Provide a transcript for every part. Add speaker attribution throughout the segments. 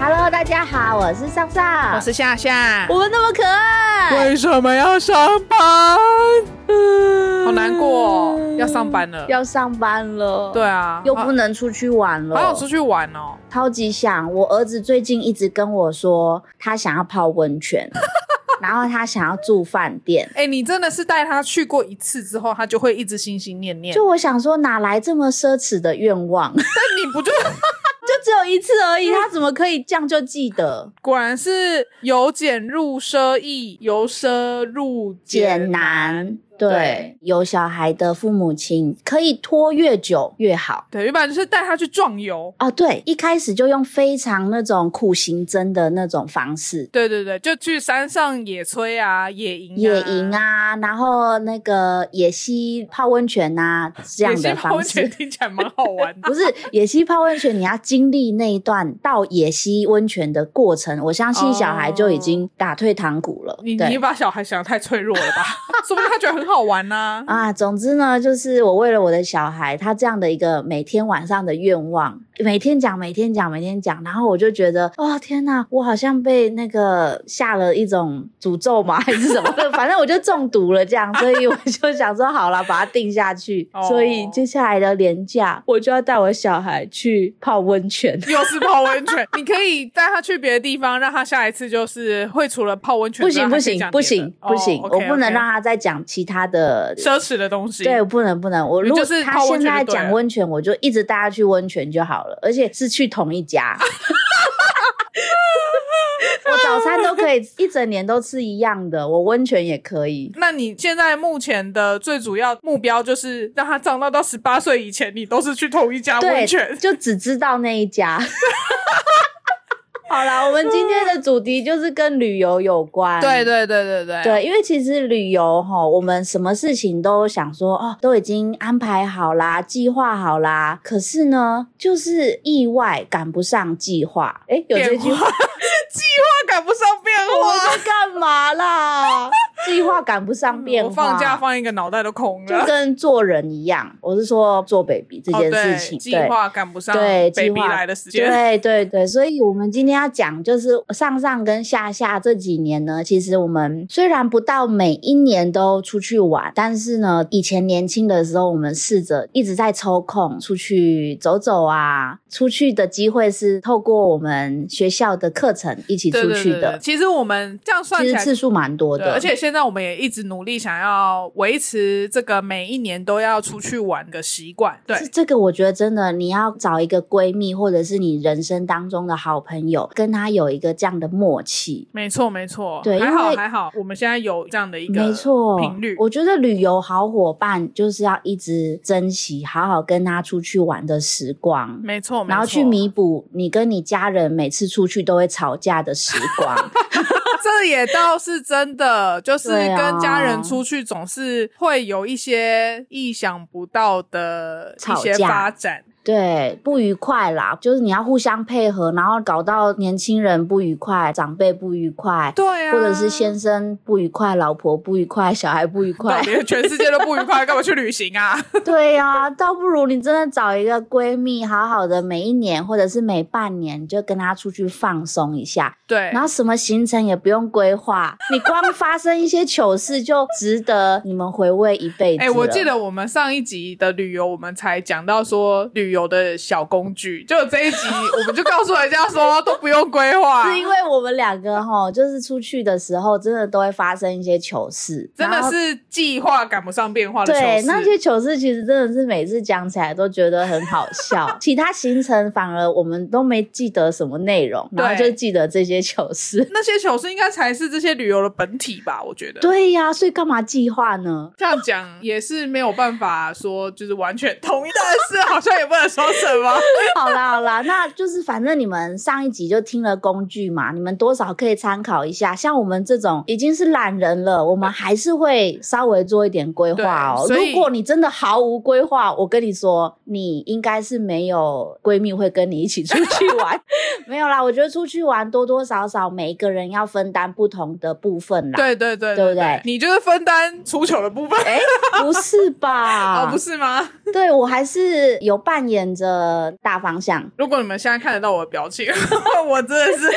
Speaker 1: Hello，大家好，我是上上，
Speaker 2: 我是夏夏，
Speaker 1: 我们那么可爱，
Speaker 2: 为什么要上班？好难过、哦，要上班了。
Speaker 1: 要上班了，
Speaker 2: 对，啊，
Speaker 1: 又不能出去玩了，
Speaker 2: 好好想出去玩哦。
Speaker 1: 超级想。我儿子最近一直跟我说，他想要泡温 泉，然后他想要住饭店。
Speaker 2: 哎、你真的是带他去过一次之后，他就会一直心心念念。
Speaker 1: 就我想说，哪来这么奢侈的愿望？ 就
Speaker 2: 但你不就
Speaker 1: 只有一次而
Speaker 2: 嗯
Speaker 1: 已，他怎么可以这样就记 得？
Speaker 2: 果然是由俭入奢易，由奢入
Speaker 1: 简
Speaker 2: 俭
Speaker 1: 难，对
Speaker 2: 对，
Speaker 1: 有小孩的父母亲可以拖越久越好。
Speaker 2: 对，要不然就是带他去壮游。
Speaker 1: 哦，对，一开始就用非常那种苦行僧的那种方式，
Speaker 2: 对对对，就去山上野炊啊，野营、啊，
Speaker 1: 野营，啊，然后那个野溪泡温泉呐、啊，这样的
Speaker 2: 野性泡
Speaker 1: 方
Speaker 2: 温泉
Speaker 1: 式。
Speaker 2: 听起来蛮好玩 的。
Speaker 1: 不是野溪泡温泉，你要经历那一段到野溪温泉的过程，我相信小孩就已经打退堂鼓了。
Speaker 2: 哦你你
Speaker 1: 对
Speaker 2: 把小孩想得太脆弱了吧？ 说不定他觉得很好玩呢、
Speaker 1: 啊，总之呢，就是我为了我的小孩，他这样的一个每天晚上的愿望，每天讲，每天讲，每天讲，然后我就觉得，哦天哪，我好像被那个下了一种诅咒吗， 还是什么的？反正我就中毒了，这样，所以我就想说，好了，把它定下去。
Speaker 2: 哦
Speaker 1: 所以接下来的年假，我就要带我小孩去泡温泉。
Speaker 2: 又是泡温泉，你可以带他去别的地方，让他下一次就是会除了泡温泉
Speaker 1: 不
Speaker 2: 之外，
Speaker 1: 行不行不行不行，我不能让
Speaker 2: 他
Speaker 1: 他再讲其他的
Speaker 2: 哦奢侈的东西。
Speaker 1: 对，不能不能，我
Speaker 2: 你
Speaker 1: 如果
Speaker 2: 就是
Speaker 1: 他
Speaker 2: 泡温
Speaker 1: 现
Speaker 2: 泉
Speaker 1: 在
Speaker 2: 就对
Speaker 1: 讲
Speaker 2: 了
Speaker 1: 温泉，我就一直带他去温泉就好了，而且是去同一家。我早餐都可以一整年都吃一样的，我温泉也可以。
Speaker 2: 那你现在目前的最主要目标就是让他长大到十八岁以前，你都是去同一家
Speaker 1: 对
Speaker 2: 啊温泉，。
Speaker 1: 就只知道那一 家。好啦，我们今天的主题就是跟旅游有关。
Speaker 2: 对对对对对啊
Speaker 1: 对，因为其实旅游哈，我们什么事情都想说哦，都已经安排好啦，计划好啦。可是呢，就是意外赶不上计划。哎，有这句
Speaker 2: 变
Speaker 1: 话
Speaker 2: 化，他啊赶不上变
Speaker 1: 我
Speaker 2: 化。
Speaker 1: 们在干嘛啦？计划赶不上变化，
Speaker 2: 嗯我放假放一个脑袋都空
Speaker 1: 就
Speaker 2: 了。
Speaker 1: 跟做人一样。我是说做 baby 这
Speaker 2: 哦
Speaker 1: 件
Speaker 2: 对
Speaker 1: 事情，
Speaker 2: 计
Speaker 1: 对。
Speaker 2: 划赶不上
Speaker 1: 对计
Speaker 2: baby
Speaker 1: 划
Speaker 2: 来的时间，
Speaker 1: 对对对，所以我们今天要讲就是上上跟下下这几年呢，其实我们虽然不到每一年都出去玩，但是呢，以前年轻的时候，我们试着一直在抽空出去走走啊，出去的机会是透过我们学校的课程一起出
Speaker 2: 对对
Speaker 1: 去
Speaker 2: 对对。
Speaker 1: 的，
Speaker 2: 其实我们这样算起
Speaker 1: 其实
Speaker 2: 来
Speaker 1: 次数蛮多
Speaker 2: 对，
Speaker 1: 的，
Speaker 2: 而且现在我们也一直努力想要维持这个每一年都要出去玩的习惯。对
Speaker 1: 这，这个我觉得真的，你要找一个闺蜜，或者是你人生当中的好朋友，跟她有一个这样的默契。
Speaker 2: 没错没错，
Speaker 1: 对
Speaker 2: 还
Speaker 1: 因
Speaker 2: 好
Speaker 1: 为
Speaker 2: 还好，我们现在有这样的一个
Speaker 1: 没错，
Speaker 2: 频率。
Speaker 1: 我觉得旅游好伙伴就是要一直珍惜，好好跟她出去玩的时光，
Speaker 2: 没错，没错
Speaker 1: 然后去弥补你跟你家人每次出去都会吵架的时 光。
Speaker 2: 啊这也倒是真的，就是
Speaker 1: 对啊
Speaker 2: 跟家人出去总是会有一些意想不到的一
Speaker 1: 吵
Speaker 2: 些
Speaker 1: 架
Speaker 2: 发展。
Speaker 1: 对，不愉快啦，就是你要互相配合，然后搞到年轻人不愉快，长辈不愉快。
Speaker 2: 对啊，
Speaker 1: 或者是先生不愉快，老婆不愉快，小孩不愉
Speaker 2: 到
Speaker 1: 快，
Speaker 2: 底全世界都不愉快，干嘛去旅行啊？
Speaker 1: 对呀、倒不如你真的找一个闺蜜，好好的每一年或者是每半年就跟她出去放松一下，
Speaker 2: 对，
Speaker 1: 然后什么行程也不用规划，你光发生一些糗事就值得你们回味一辈子。
Speaker 2: 哎、我记，得我们上一集的旅游，我们才讲到说旅游的小工具，就这一集我们就告诉人家说都不用规划，
Speaker 1: 是因为我们两个哈，就是出去的时候真的都会发生一些糗事，
Speaker 2: 真
Speaker 1: 然
Speaker 2: 的
Speaker 1: 后
Speaker 2: 是计划赶不上变化的糗
Speaker 1: 对
Speaker 2: 事。
Speaker 1: 那些糗事，其实真的是每次讲起来都觉得很好 笑，其他行程反而我们都没记得什么内容，然后
Speaker 2: 对
Speaker 1: 就记得这些糗事。
Speaker 2: 那些糗事应该才是这些旅游的本体吧？我觉得。
Speaker 1: 对呀、所以干嘛计划呢？
Speaker 2: 这样讲也是没有办法说，就是完全同意，但是好像也不能说什 么。
Speaker 1: 好啦好啦，那就是反正你们上一集就听了工具嘛，你们多少可以参考一下。像我们这种已经是懒人了，我们还是会稍微做一点规划哦。
Speaker 2: 对所以
Speaker 1: 如果你真的毫无规划，我跟你说，你应该是没有闺蜜会跟你一起出去 玩。没有啦，我觉得出去玩多多少少每一个人要分担不同的部分啦。
Speaker 2: 对对对
Speaker 1: 对不对
Speaker 2: 对，你就是分担出糗的部分
Speaker 1: 哎，不是吧？
Speaker 2: 哦啊，不是吗？
Speaker 1: 对我还是有扮沿着大方向。
Speaker 2: 如果你们现在看得到我的表情， 我真的是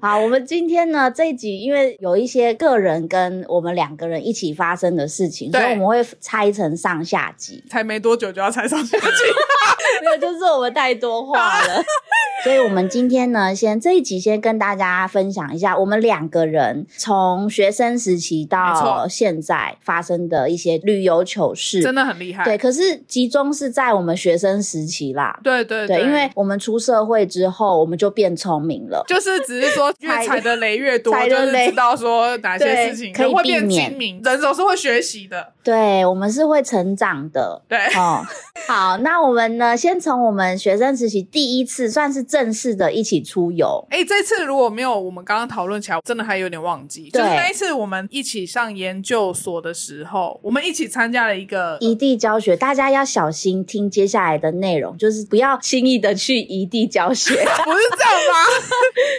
Speaker 1: 好，我们今天呢这一集，因为有一些个人跟我们两个人一起发生的事情，所以
Speaker 2: 对
Speaker 1: 我们会拆成上下集。
Speaker 2: 才没多久就要踩上去。
Speaker 1: 没有，就是我们太多话 了。所以，我们今天呢，先这一集先跟大家分享一下我们两个人从学生时期
Speaker 2: 没
Speaker 1: 到
Speaker 2: 错
Speaker 1: 现在发生的一些旅游糗事。
Speaker 2: 真的很厉害。
Speaker 1: 对，可是集中是在我们学生时期啦。
Speaker 2: 对对
Speaker 1: 对，因为我们出社会之后，我们就变聪明了。
Speaker 2: 就是只是 说越踩的雷越多，
Speaker 1: 踩
Speaker 2: 就
Speaker 1: 的
Speaker 2: 是
Speaker 1: 雷
Speaker 2: 知道说哪些
Speaker 1: 对
Speaker 2: 事情
Speaker 1: 可以
Speaker 2: 会
Speaker 1: 避
Speaker 2: 变
Speaker 1: 免
Speaker 2: 精明，人总是会学习的。
Speaker 1: 对，我们是会成长的。
Speaker 2: 对，
Speaker 1: 哦， 好，那我们呢，先从我们学生时期第一次算是正式的一起出游。
Speaker 2: 哎、这次如果没有我们刚刚讨论起来，我真的还有点忘记。就是
Speaker 1: 对
Speaker 2: 那一次我们一起上研究所的时候，我们一起参加了一个
Speaker 1: 异地教学，大家要小心听接下来的内容，就是不要轻易的去异地教学。
Speaker 2: 不是这样吗？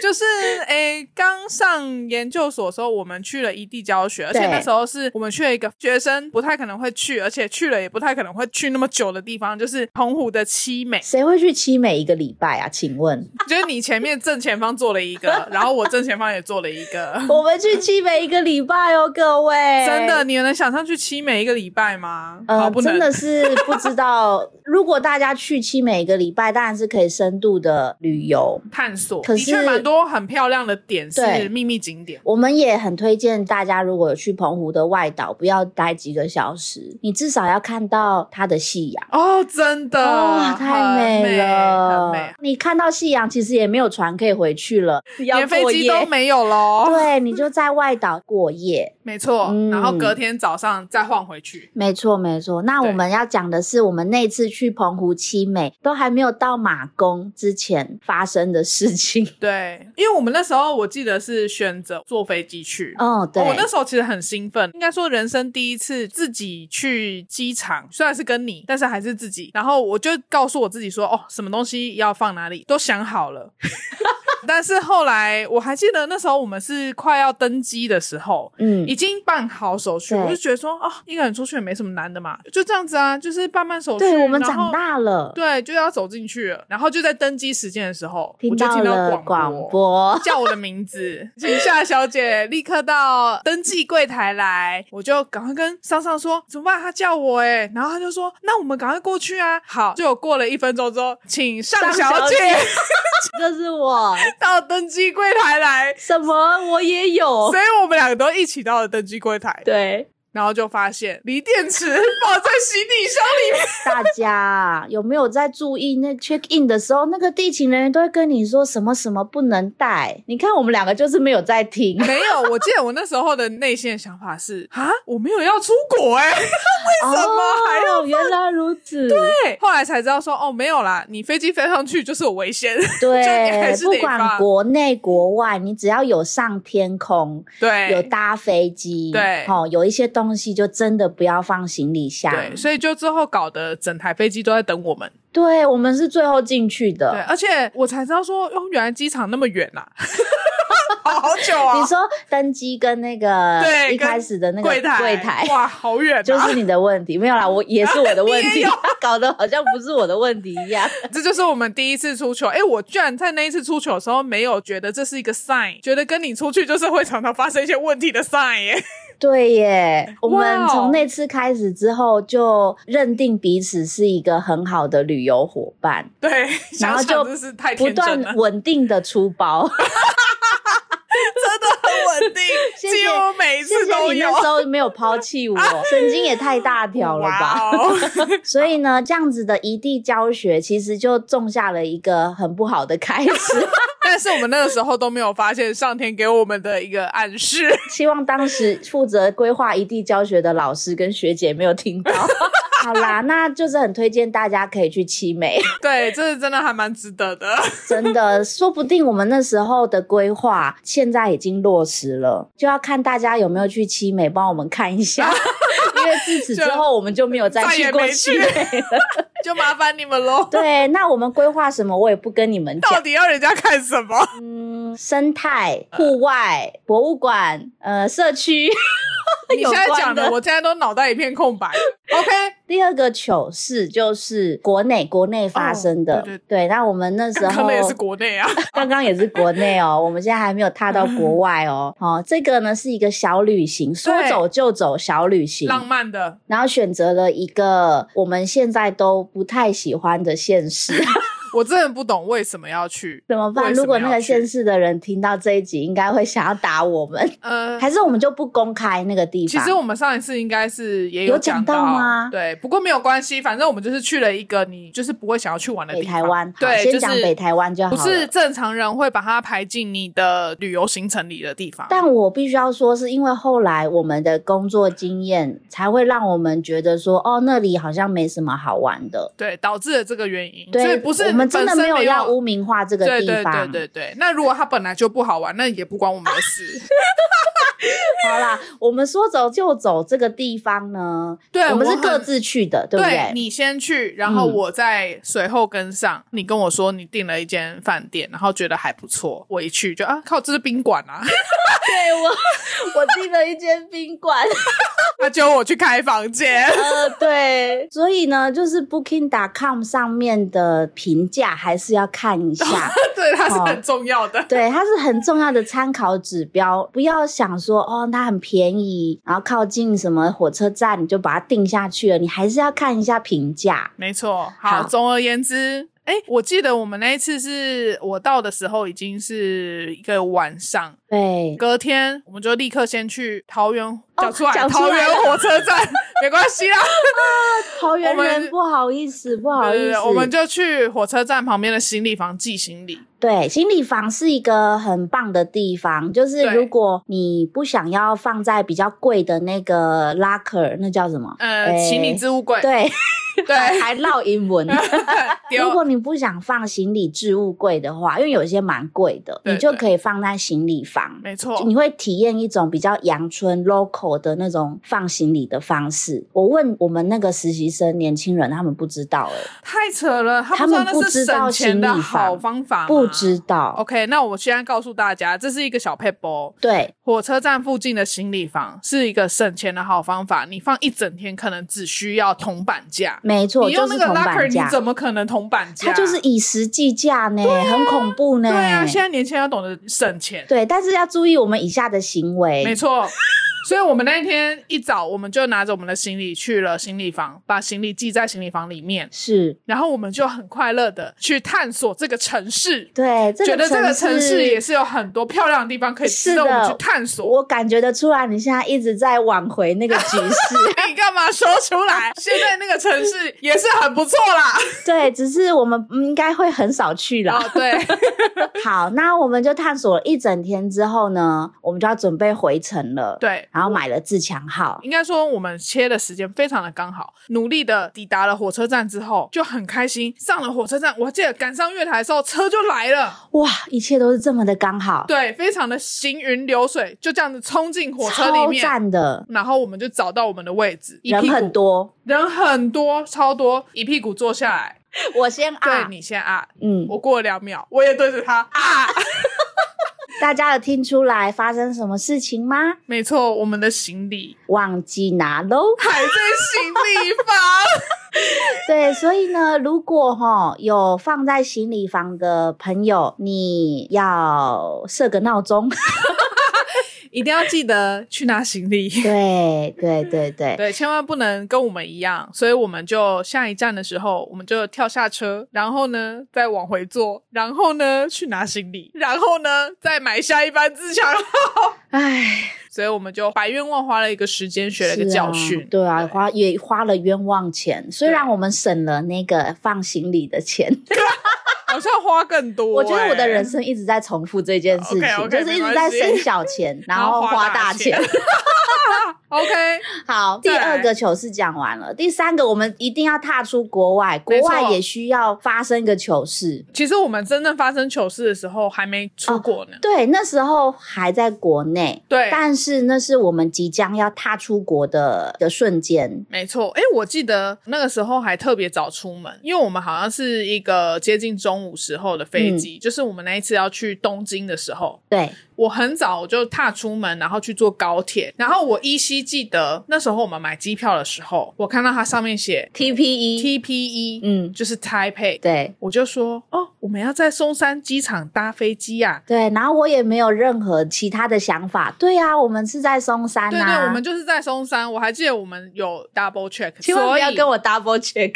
Speaker 2: 就是诶，刚、上研究所的时候，我们去了异地教学，而且
Speaker 1: 对。
Speaker 2: 那时候是我们去了一个学生不太可能会去，而且去了也不太可能会去那么久的地方，就是澎湖的七美
Speaker 1: 谁会去七美一个礼拜啊？请问，
Speaker 2: 就是你前面正前方坐了一 个，然后我正前方也坐了一个。
Speaker 1: 我们去七美一个礼拜哦，各位，
Speaker 2: 真的，。你能想象去七美一个礼拜吗？好
Speaker 1: 呃，
Speaker 2: 不能
Speaker 1: 真的是不知道。 如果大家去七美一个礼拜，当然是可以深度的旅游，
Speaker 2: 探索，
Speaker 1: 可
Speaker 2: 的
Speaker 1: 是
Speaker 2: 确蛮多很漂亮的点是
Speaker 1: 对
Speaker 2: 秘密景点。
Speaker 1: 我们也很推荐大家，如果有去澎湖的外岛，不要待几个小时，你至少要看到它的夕阳。
Speaker 2: 哦，真的，
Speaker 1: 哇、太
Speaker 2: 很
Speaker 1: 美
Speaker 2: 很
Speaker 1: 了！
Speaker 2: 美，
Speaker 1: 你看到夕阳，其实也没有船可以回去了，要
Speaker 2: 连飞
Speaker 1: 过
Speaker 2: 机
Speaker 1: 夜
Speaker 2: 都。没有喽。
Speaker 1: 对，你就在外岛过夜。
Speaker 2: 没错，
Speaker 1: 嗯
Speaker 2: 然后隔天早上再换回去。
Speaker 1: 没错，没错。那
Speaker 2: 对
Speaker 1: 我们要讲的是，我们那次去澎湖七美，都还没有到马公之前发生的事 情。
Speaker 2: 对，因为我们那时候我记得是选择坐飞机去。
Speaker 1: 哦，对，
Speaker 2: 我那时候其实很兴奋，应该说人生第一次自己去机场，虽然是跟你，但是还是自己。然后我就告诉我自己说，哦，什么东西要放哪里都想好了。 但是后来我还记得那时候我们是快要登机的时候，
Speaker 1: 嗯
Speaker 2: 已，经办好手续，
Speaker 1: 对
Speaker 2: 我就觉得说，哦，一个人出去也没什么难的嘛，就这样子啊，就是办办手续。
Speaker 1: 对，我们
Speaker 2: 然
Speaker 1: 长
Speaker 2: 后
Speaker 1: 大了，
Speaker 2: 对，就要走进去了。然后就在登机时间的时候，我就
Speaker 1: 到
Speaker 2: 听
Speaker 1: 了
Speaker 2: 到广播。
Speaker 1: 播
Speaker 2: 叫我的名字，请夏小 姐立刻到登记柜台来。我就赶快跟桑桑说怎么办？她叫我哎、然后她就说那我们赶快过去啊。好，就过了一分钟之后，请尚
Speaker 1: 尚
Speaker 2: 小
Speaker 1: 小
Speaker 2: 姐
Speaker 1: 姐 这是我
Speaker 2: 到登记柜台来。
Speaker 1: 什么，我也有
Speaker 2: 所。以我们两个都一起到了登记柜台，
Speaker 1: 对，
Speaker 2: 然后就发现锂电池放在行李箱里面。
Speaker 1: 大家有没有在注意那 check in 的时候，那个地勤人员都会跟你说什么什么不能带？你看我们两个就是没有在听
Speaker 2: 没有，我记得我那时候的内心的想法是啊，我没有要出国哎、
Speaker 1: 为
Speaker 2: 什么还
Speaker 1: 哦，原来如此，对
Speaker 2: 对，后来才知道说哦，没有啦，你飞机飞上去就是有危险。 就你还
Speaker 1: 对，
Speaker 2: 是
Speaker 1: 不
Speaker 2: 得
Speaker 1: 管
Speaker 2: 放
Speaker 1: 国内国外，你只要有上天空，有
Speaker 2: 对。
Speaker 1: 搭飞机，
Speaker 2: 对
Speaker 1: 哦，有一些东西就真的不要放行李箱。
Speaker 2: 对，所以就之后搞得整台飞机都在等我们。
Speaker 1: 对我们是最后进去
Speaker 2: 对，
Speaker 1: 的。
Speaker 2: 而且我才知道说，哦，原来机场那么远呐、啊， 好久啊！
Speaker 1: 你说登机跟那个
Speaker 2: 对
Speaker 1: 一开始的那个
Speaker 2: 柜台
Speaker 1: 柜台，
Speaker 2: 哇，好远、啊，
Speaker 1: 就是你的问题，没有啦，我也是我的问
Speaker 2: 你也
Speaker 1: 题
Speaker 2: 啊 有，
Speaker 1: 搞得好像不是我的问题一样。
Speaker 2: 这就是我们第一次出糗。哎，我居然在那一次出糗的时候没有觉得这是一个 sign，觉得跟你出去就是会常常发生一些问题的 sign 耶。
Speaker 1: 对耶，我
Speaker 2: 哇
Speaker 1: 们
Speaker 2: 哦
Speaker 1: 从那次开始之后，就认定彼此是一个很好的旅游伙伴，
Speaker 2: 对，
Speaker 1: 然后
Speaker 2: 想想
Speaker 1: 就
Speaker 2: 真是太
Speaker 1: 不
Speaker 2: 天真了
Speaker 1: 断，稳定的出包。
Speaker 2: 真的 很稳定，
Speaker 1: 谢谢
Speaker 2: 几乎 每一
Speaker 1: 谢
Speaker 2: 次 都
Speaker 1: 谢你
Speaker 2: 有。
Speaker 1: 那时候没有抛弃我，神经也太大条了吧。
Speaker 2: 哇哦！
Speaker 1: 所以呢，这样子的异地教学其实就种下了一个很不好的开始。
Speaker 2: 但是我们那个时候都没有发现上天给我们的一个暗示，
Speaker 1: 希望当时负责规划异地教学的老师跟学姐没有听 到。好啦，那就是很推荐大家可以去七 美，
Speaker 2: 对，这是真的还蛮值得的。
Speaker 1: 真的，说不定我们那时候的规划现在已经落实了，就要看大家有没有去七美，帮我们看一 下，因为自此之后我们就没有再
Speaker 2: 再也
Speaker 1: 去过
Speaker 2: 没
Speaker 1: 七
Speaker 2: 去
Speaker 1: 美了。
Speaker 2: 就麻烦你们喽。
Speaker 1: 对，那我们规划什么，我也不跟你们
Speaker 2: 到
Speaker 1: 讲。
Speaker 2: 底要人家看什 么？
Speaker 1: 嗯，生态、户外、博物馆、呃，社区，
Speaker 2: 你现在
Speaker 1: 有关
Speaker 2: 讲的，
Speaker 1: 的
Speaker 2: 我现在都脑袋一片 空白。OK，
Speaker 1: 第二个糗事就是国内国内发生的，
Speaker 2: 哦对对
Speaker 1: 那我们那时
Speaker 2: 他
Speaker 1: 候
Speaker 2: 们也是国内啊，
Speaker 1: 刚刚也是国内哦，我们现在还没有踏到国
Speaker 2: 嗯
Speaker 1: 外哦。哦，这个呢是一个小旅行，说走就走小旅行，
Speaker 2: 浪漫的。
Speaker 1: 然后选择了一个我们现在都不太喜欢的县 市，
Speaker 2: 我真的不懂为什么要去。
Speaker 1: 怎么办？
Speaker 2: 为什么
Speaker 1: 如果那
Speaker 2: 要
Speaker 1: 个
Speaker 2: 去
Speaker 1: 县市的人听到这一集，应该会想要打我们，
Speaker 2: 呃，
Speaker 1: 还是我们就不公开那个地
Speaker 2: 其
Speaker 1: 方？
Speaker 2: 实我们上一次应该是也
Speaker 1: 有
Speaker 2: 讲
Speaker 1: 讲到吗
Speaker 2: 对，不过没有关系，反正我们就是去了一个你就是不会想要去玩的
Speaker 1: 北
Speaker 2: 地方。
Speaker 1: 台湾，好
Speaker 2: 对，
Speaker 1: 先讲北台湾就好
Speaker 2: 就
Speaker 1: 了。
Speaker 2: 是不是正常人会把它排进你的旅游行程里的地方。
Speaker 1: 但我必须要说，是因为后来我们的工作经验，才会让我们觉得说，哦，那里好像没什么好玩的。
Speaker 2: 对，导致了这个原因，
Speaker 1: 对，
Speaker 2: 所以不是
Speaker 1: 我们真的
Speaker 2: 本身
Speaker 1: 没有
Speaker 2: 没
Speaker 1: 要污名化这个
Speaker 2: 对
Speaker 1: 地
Speaker 2: 对
Speaker 1: 方。
Speaker 2: 对对对，那如果它本来就不好玩，那也不关我们 的事。
Speaker 1: 好啦，我们说走就走这个地方呢，
Speaker 2: 对，
Speaker 1: 我们是
Speaker 2: 很
Speaker 1: 各自去的，对不对？
Speaker 2: 你先去，然后
Speaker 1: 嗯
Speaker 2: 我再随后跟上。你跟我说你订了一间饭店，然后觉得还不错，我一去就啊，靠，这是宾馆 啊！
Speaker 1: 对我， 我订了一间宾馆。
Speaker 2: 他叫我去开 房间，
Speaker 1: 呃，对，所以呢，就是 Booking.com 上面的评价还是要看一 下。
Speaker 2: 对，它是很重 要 的。
Speaker 1: 对，它是很重要的参考指标，不要想说哦，它很便宜，然后靠近什么火车站你就把它定下去了，你还是要看一下评价。
Speaker 2: 没错，
Speaker 1: 好
Speaker 2: 好，总而言之。哎，我记得我们那一次是我到的时候已经是一个晚上，
Speaker 1: 对，
Speaker 2: 隔天我们就立刻先去桃园，
Speaker 1: 哦
Speaker 2: 讲出来，
Speaker 1: 讲出
Speaker 2: 桃
Speaker 1: 来
Speaker 2: 园
Speaker 1: 了
Speaker 2: 火 车站，没关系啦，
Speaker 1: 桃园
Speaker 2: 我们
Speaker 1: 人不好意思，不好
Speaker 2: 对对
Speaker 1: 意
Speaker 2: 对
Speaker 1: 思，
Speaker 2: 我们就去火车站旁边的行李房寄行李。
Speaker 1: 对行李房是一个很棒的地方，就是
Speaker 2: 对
Speaker 1: 如果你不想要放在比较贵的那个 locker，那叫什么？
Speaker 2: 呃，
Speaker 1: 诶
Speaker 2: 行李置物柜，
Speaker 1: 哎对，
Speaker 2: 对，
Speaker 1: 还绕英文。如
Speaker 2: 丢
Speaker 1: 果你不想放行李置物柜的话，因为有些蛮贵的，
Speaker 2: 对
Speaker 1: 你就
Speaker 2: 对
Speaker 1: 可以放在行李房。
Speaker 2: 没错，
Speaker 1: 你会体验一种比较阳春 local 的那种放行李的方式。我问我们那个实习生年轻人，他们不知道哎、
Speaker 2: 太扯了，他
Speaker 1: 他
Speaker 2: 们
Speaker 1: 们
Speaker 2: 说那
Speaker 1: 不
Speaker 2: 是
Speaker 1: 知道
Speaker 2: 省钱的
Speaker 1: 行李房
Speaker 2: 好方法吗，
Speaker 1: 不知道。
Speaker 2: OK，那我现在告诉大家，这是一个小 paper。
Speaker 1: 对
Speaker 2: 火车站附近的行李房是一个省钱的好方法，你放一整天可能只需要铜板价。
Speaker 1: 没错，
Speaker 2: 你
Speaker 1: 就
Speaker 2: 用那
Speaker 1: 是
Speaker 2: 个
Speaker 1: 铜
Speaker 2: locker，
Speaker 1: 板
Speaker 2: 你
Speaker 1: 价，
Speaker 2: 怎么可能铜板价？
Speaker 1: 它就是以时计价呢，很恐怖呢。
Speaker 2: 对啊，现在年轻人要懂得省钱，
Speaker 1: 对但是要注意我们以下的行
Speaker 2: 没
Speaker 1: 为。
Speaker 2: 错。所以我们那一天一早，我们就拿着我们的行李去了行李房，把行李寄在行李房里面，
Speaker 1: 是，
Speaker 2: 然后我们就很快乐的去探索这个城市，
Speaker 1: 对，这
Speaker 2: 觉得这个城
Speaker 1: 城
Speaker 2: 市也是有很多漂亮的地方可以值得我
Speaker 1: 是
Speaker 2: 们
Speaker 1: 的
Speaker 2: 去探索。
Speaker 1: 我感觉得出来，你现在一直在挽回那个局势。
Speaker 2: 你干嘛说出来？现在那个城市也是很不错啦。
Speaker 1: 对，只 是啊我们嗯应该会很少去了。
Speaker 2: 哦，对，
Speaker 1: 好，那我们就探索了一整天之后呢，我们就要准备回程了。，
Speaker 2: 对，
Speaker 1: 然后买了自强号。
Speaker 2: 应该说我们切的时间非常的刚好，努力的抵达了火车站之后就很开心。上了火车站，我记得赶上月台的时候车就来了，
Speaker 1: 哇，一切都是这么的刚好，
Speaker 2: 对，非常的行云流水，就这样子冲进火车里
Speaker 1: 超
Speaker 2: 面。
Speaker 1: 赞的，
Speaker 2: 然后我们就找到我们的位置，一
Speaker 1: 人
Speaker 2: 屁股
Speaker 1: 很多。
Speaker 2: 人很多，超多，一屁股坐下来，
Speaker 1: 我先
Speaker 2: 对
Speaker 1: 啊，
Speaker 2: 你先啊，
Speaker 1: 嗯，
Speaker 2: 我过了两秒，我也对着他啊，
Speaker 1: 大家有听出来发生什么事情吗？
Speaker 2: 没错，我们的行李
Speaker 1: 忘记拿喽。
Speaker 2: 还在行李 房，
Speaker 1: 对，所以呢，如果哈、有放在行李房的朋友，你要设个闹钟。
Speaker 2: 一定要记得去拿行李。
Speaker 1: 对对对对，
Speaker 2: 对，千万不能跟我们一样，所以我们就下一站的时候，我们就跳下车，然后呢再往回坐，然后呢去拿行李，然后呢再买下一班自强号，
Speaker 1: 唉。
Speaker 2: 所以我们就白冤枉花了一个时间，学了一个
Speaker 1: 是
Speaker 2: 教训。
Speaker 1: 啊对啊，花也花了冤枉钱，虽然我们省了那个放行李的 钱，
Speaker 2: 好像花更多、
Speaker 1: 我觉得我的
Speaker 2: 欸
Speaker 1: 人生一直在重复这件事情就
Speaker 2: OK，OK，
Speaker 1: 是一直
Speaker 2: 没
Speaker 1: 在
Speaker 2: 关系
Speaker 1: 省小 钱，然后
Speaker 2: 后花
Speaker 1: 花
Speaker 2: 大
Speaker 1: 大
Speaker 2: 钱
Speaker 1: 钱。
Speaker 2: OK，
Speaker 1: 好，第
Speaker 2: 再来
Speaker 1: 二个糗事讲完了，第三个我们一定要踏出国外，国外
Speaker 2: 没错
Speaker 1: 也需要发生一个糗事。
Speaker 2: 其实我们真正发生糗事的时候还没
Speaker 1: 哦
Speaker 2: 出国呢。
Speaker 1: 对，那时候还在国内，
Speaker 2: 对，
Speaker 1: 但是那是我们即将要踏出国的的瞬间。
Speaker 2: 没错。哎，我记得那个时候还特别早出门，因为我们好像是一个接近中午时候的飞机，
Speaker 1: 嗯
Speaker 2: 就是我们那一次要去东京的时候，
Speaker 1: 对，
Speaker 2: 我很早就踏出门，然后去坐高铁，然后我依稀记得那时候我们买机票的时候，我看到它上面写 E
Speaker 1: TPE，
Speaker 2: TPE，
Speaker 1: 嗯
Speaker 2: 就是 Taipei，
Speaker 1: 对
Speaker 2: 我就说哦，我们要在松山机场搭飞机呀、
Speaker 1: 对，然后我也没有任何其他的想法。对啊，我们是在松山啊
Speaker 2: 对
Speaker 1: 呐、
Speaker 2: 对，我们就是在松山，我还记得我们有 double check，
Speaker 1: 千万不要
Speaker 2: 所以
Speaker 1: 跟我 double check。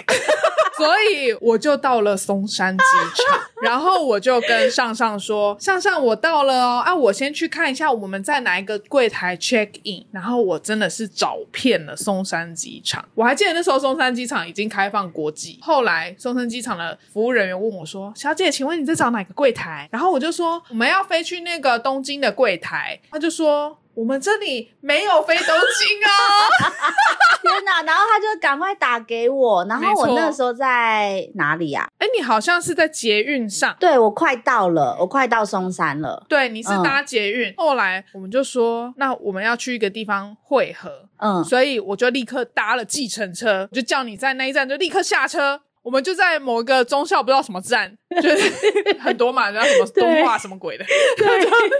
Speaker 2: 所以我就到了松山机场，然后我就跟上上说：“上上，我到了哦，啊，我先去看一下我们在哪一个柜台 check in。”然后我真的是找遍了松山机场，我还记得那时候松山机场已经开放国际。后来松山机场的服务人员问我说：“小姐，请问你在找哪个柜台？”然后我就说：“我们要飞去那个东京的柜台。”他就说。我们这里没有飞东京哦，
Speaker 1: 天哪！然后他就赶快打给我，然后
Speaker 2: 没
Speaker 1: 我
Speaker 2: 错
Speaker 1: 那时候在哪里啊？
Speaker 2: 哎，你好像是在捷运上，
Speaker 1: 对我快到了，我快到松山了。
Speaker 2: 对，你是
Speaker 1: 嗯
Speaker 2: 搭捷运。后来我们就说，那我们要去一个地方汇合，
Speaker 1: 嗯，
Speaker 2: 所以我就立刻搭了计程车，我就叫你在那一站就立刻下车。我们就在某一个中校不知道什么站，就是 很多嘛，然后什么东化什么鬼的， 就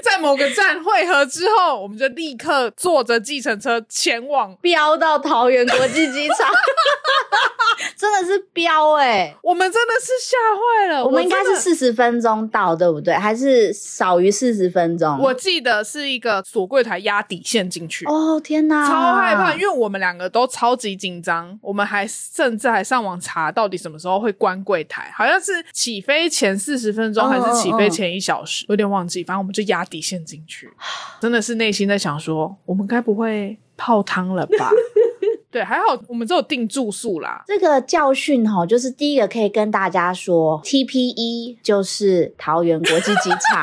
Speaker 2: 在某个站汇合之后，我们就立刻坐着计程车前往。
Speaker 1: 飙到桃园国际机场， 真的是飙哎、
Speaker 2: 我们真的是吓坏了，
Speaker 1: 我们应该
Speaker 2: 呃真
Speaker 1: 是
Speaker 2: 的
Speaker 1: 四十分钟到，对不对？还是少于四十分钟？
Speaker 2: 我记得是一个锁柜台压底线进去，
Speaker 1: 哦天哪，
Speaker 2: 超害怕，因为我们两个都超级紧张，我们还甚至还上网查到底什么时候会关柜台，好像是起飞前四十分钟
Speaker 1: 嗯
Speaker 2: 还是起飞前一小时，有点忘记，反正我们就压底线进去，真的是内心在想说，我们该不会泡汤了 吧？对，还好我们只有订住宿啦。
Speaker 1: 这个教训哈、就是第一个可以跟大家说，TPE 就是桃园国际机 场，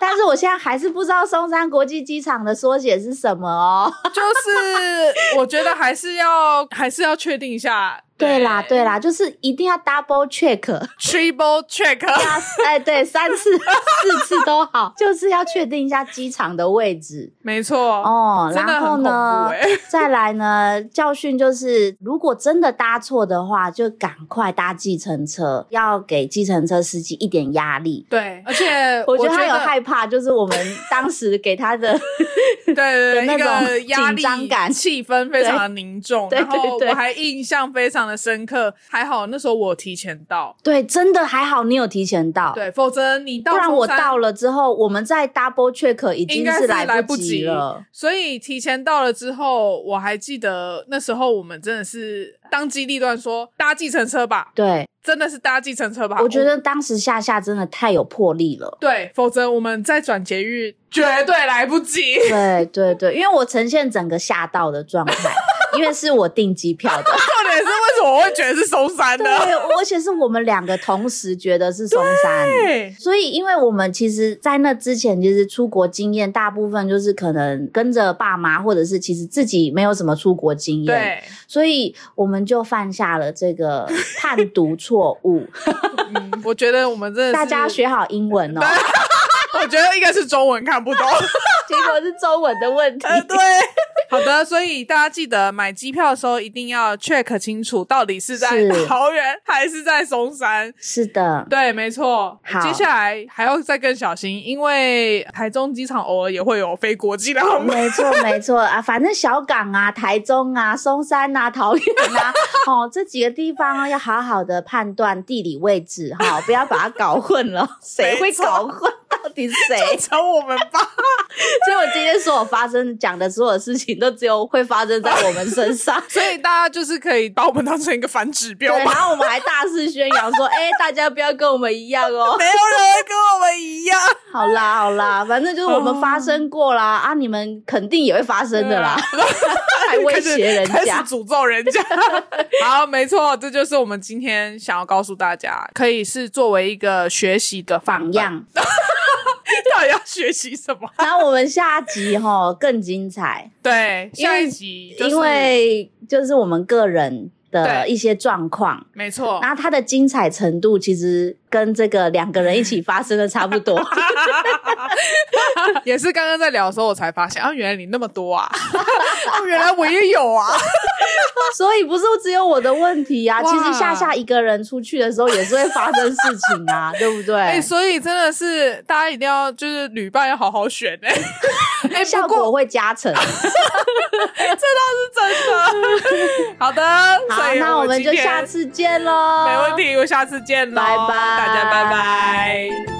Speaker 1: 但是我现在还是不知道松山国际机场的缩写是什么哦。
Speaker 2: 就是我觉得还是要还是要确定一下，
Speaker 1: 对啦，对啦，就是一定要 double check，
Speaker 2: ，triple check，
Speaker 1: 要哎对，三次四次都 好，就是要确定一下机场的位置
Speaker 2: 没错，
Speaker 1: 哦。
Speaker 2: 真的
Speaker 1: 然后
Speaker 2: 很恐怖
Speaker 1: 呢，
Speaker 2: 哎、
Speaker 1: 再来呢，教训就是，如果真的搭错的话，就赶快搭计程车，要给计程车司机一点压力。
Speaker 2: 对，而且
Speaker 1: 我觉得他有
Speaker 2: 害。
Speaker 1: 害怕，就是我们当时给他的，
Speaker 2: 对对
Speaker 1: 的
Speaker 2: 对，一
Speaker 1: 那
Speaker 2: 个
Speaker 1: 种
Speaker 2: 压
Speaker 1: 紧
Speaker 2: 力
Speaker 1: 张感
Speaker 2: 气氛非常的凝重。
Speaker 1: 对
Speaker 2: 然
Speaker 1: 对
Speaker 2: 后
Speaker 1: 对
Speaker 2: 我还印象非常的深刻，还好那时候我提前到，
Speaker 1: 对，真的还好你有提前到，
Speaker 2: 对，否则你到
Speaker 1: 不然
Speaker 2: 中
Speaker 1: 我
Speaker 2: 山
Speaker 1: 到了之后，我们再 double check 已
Speaker 2: 应
Speaker 1: 经
Speaker 2: 该来
Speaker 1: 不
Speaker 2: 及
Speaker 1: 了。。
Speaker 2: 所以提前到了之后，我还记得那时候我们真的是当机立断说搭计程车吧，
Speaker 1: 对，
Speaker 2: 真的是搭计程车吧。
Speaker 1: 我觉得当时夏夏真的太有魄力了。
Speaker 2: 对，否则我们再转捷运绝对来不及。
Speaker 1: 对对对，因为我呈现整个吓到的状 态，因为是我订机票 的。
Speaker 2: 重点是为什么我会觉得是松山
Speaker 1: 对，
Speaker 2: 呢？
Speaker 1: 而且是我们两个同时觉得是松山。
Speaker 2: 对，
Speaker 1: 所以，因为我们其实，在那之前，其实出国经验大部分就是可能跟着爸妈，或者是其实自己没有什么出国经验，
Speaker 2: 对，
Speaker 1: 所以我们就犯下了这 个判读错误。
Speaker 2: 嗯，我觉得我们真的
Speaker 1: 大
Speaker 2: 是
Speaker 1: 家学好英 文哦，
Speaker 2: 我觉得应该是中文看不懂。
Speaker 1: 结果是中文的问 题。
Speaker 2: 呃对，好的，所以大家记得买机票的时候一定要 check 清楚，到底是在
Speaker 1: 是
Speaker 2: 桃园还是在松山。
Speaker 1: 是的，
Speaker 2: 对，没错
Speaker 1: 好。
Speaker 2: 接下来还要再更小心，因为台中机场偶尔也会有飞国际的航班。
Speaker 1: 没错，没错啊，反正小港啊、台中啊、松山啊、桃园啊，哦，这几个地方啊要好好的判断地理位置哈、不要把它搞混了。谁会
Speaker 2: 没错
Speaker 1: 搞混？到底谁？
Speaker 2: 找我们吧，
Speaker 1: 所以我今天所有发生讲的所有事情，都只有会发生在我们身
Speaker 2: 。
Speaker 1: 上
Speaker 2: 所以大家就是可以把我们当成一个反指
Speaker 1: 对，
Speaker 2: 标
Speaker 1: 然
Speaker 2: 吧。
Speaker 1: 后我们还大肆宣扬说：“哎、大家不要跟我们一样哦
Speaker 2: 没有人会跟我们一 样，！”
Speaker 1: 好啦，好啦，反正就是我们发生过
Speaker 2: 哦
Speaker 1: 啦，啊，你们肯定也会发生的啦， 还威胁人
Speaker 2: 啊 开始
Speaker 1: 家。
Speaker 2: 诅咒人家。 好，没错，这就是我们今天想要告诉大家，可以是作为一个学习的范
Speaker 1: 榜
Speaker 2: 本。
Speaker 1: 样，
Speaker 2: 到底要学习什 么？
Speaker 1: 然后我们下集哈更精彩，
Speaker 2: 对，
Speaker 1: 因
Speaker 2: 下
Speaker 1: 为
Speaker 2: 一集就是
Speaker 1: 因为就是我们个人的
Speaker 2: 对哦
Speaker 1: 一些状况，
Speaker 2: 没错，
Speaker 1: 然后它的精彩程度其实跟这个两个人一起发生的差不多。
Speaker 2: 也是刚刚在聊的时候我才发现，啊，原来你那么多啊，哦，原来我也有啊，
Speaker 1: 所以不是只有我的问题啊，
Speaker 2: 哇
Speaker 1: 其实夏夏一个人出去的时候也是会发生事情 啊，对不 对？
Speaker 2: 哎、所以真的是大家一定要就是旅伴要好好选 哎、哎、
Speaker 1: 效
Speaker 2: 不过
Speaker 1: 果会加成。
Speaker 2: 是 真的。好的，
Speaker 1: 好，那
Speaker 2: 我
Speaker 1: 我们就
Speaker 2: 今天
Speaker 1: 下次见喽。
Speaker 2: 没问。题，我下次见喽，
Speaker 1: 拜拜
Speaker 2: 大家拜拜。